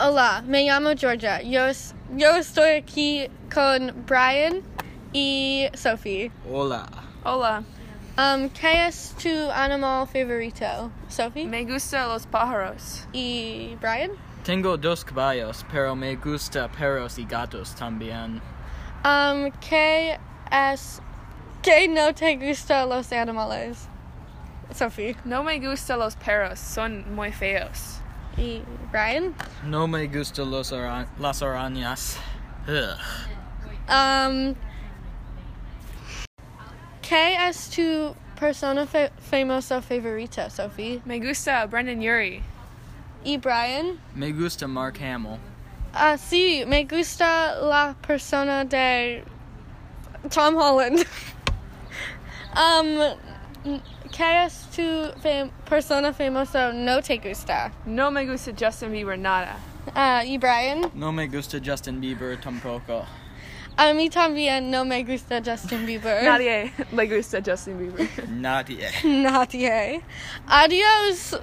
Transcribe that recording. Hola, me llamo Georgia. Yo, es- yo estoy aquí con Brian y Sophie. Hola. Hola, Um, ¿Qué es tu animal favorito? Sophie me gusta los pájaros. y Brian. Tengo dos caballos, pero me gusta perros y gatos también. Um, ¿Qué es que no te gusta los animales? Sophie No me gustan los perros, son muy feos. y Brian. No me gustan los ara- las arañas. Ugh. Um, ¿Qué es tu persona fa- famosa favorita, Sophie Me gusta Brendan Yuri. y Brian? Me gusta Mark Hamill. Ah, sí, me gusta la persona de Tom Holland. um, ¿Qué es tu fam- persona famosa no te gusta? No me gusta Justin Bieber nada. Ah, y Brian, No me gusta Justin Bieber tampoco. a mí también no me gusta Justin Bieber. Nadie le gusta Justin Bieber. Nadie. Nadie. Adiós.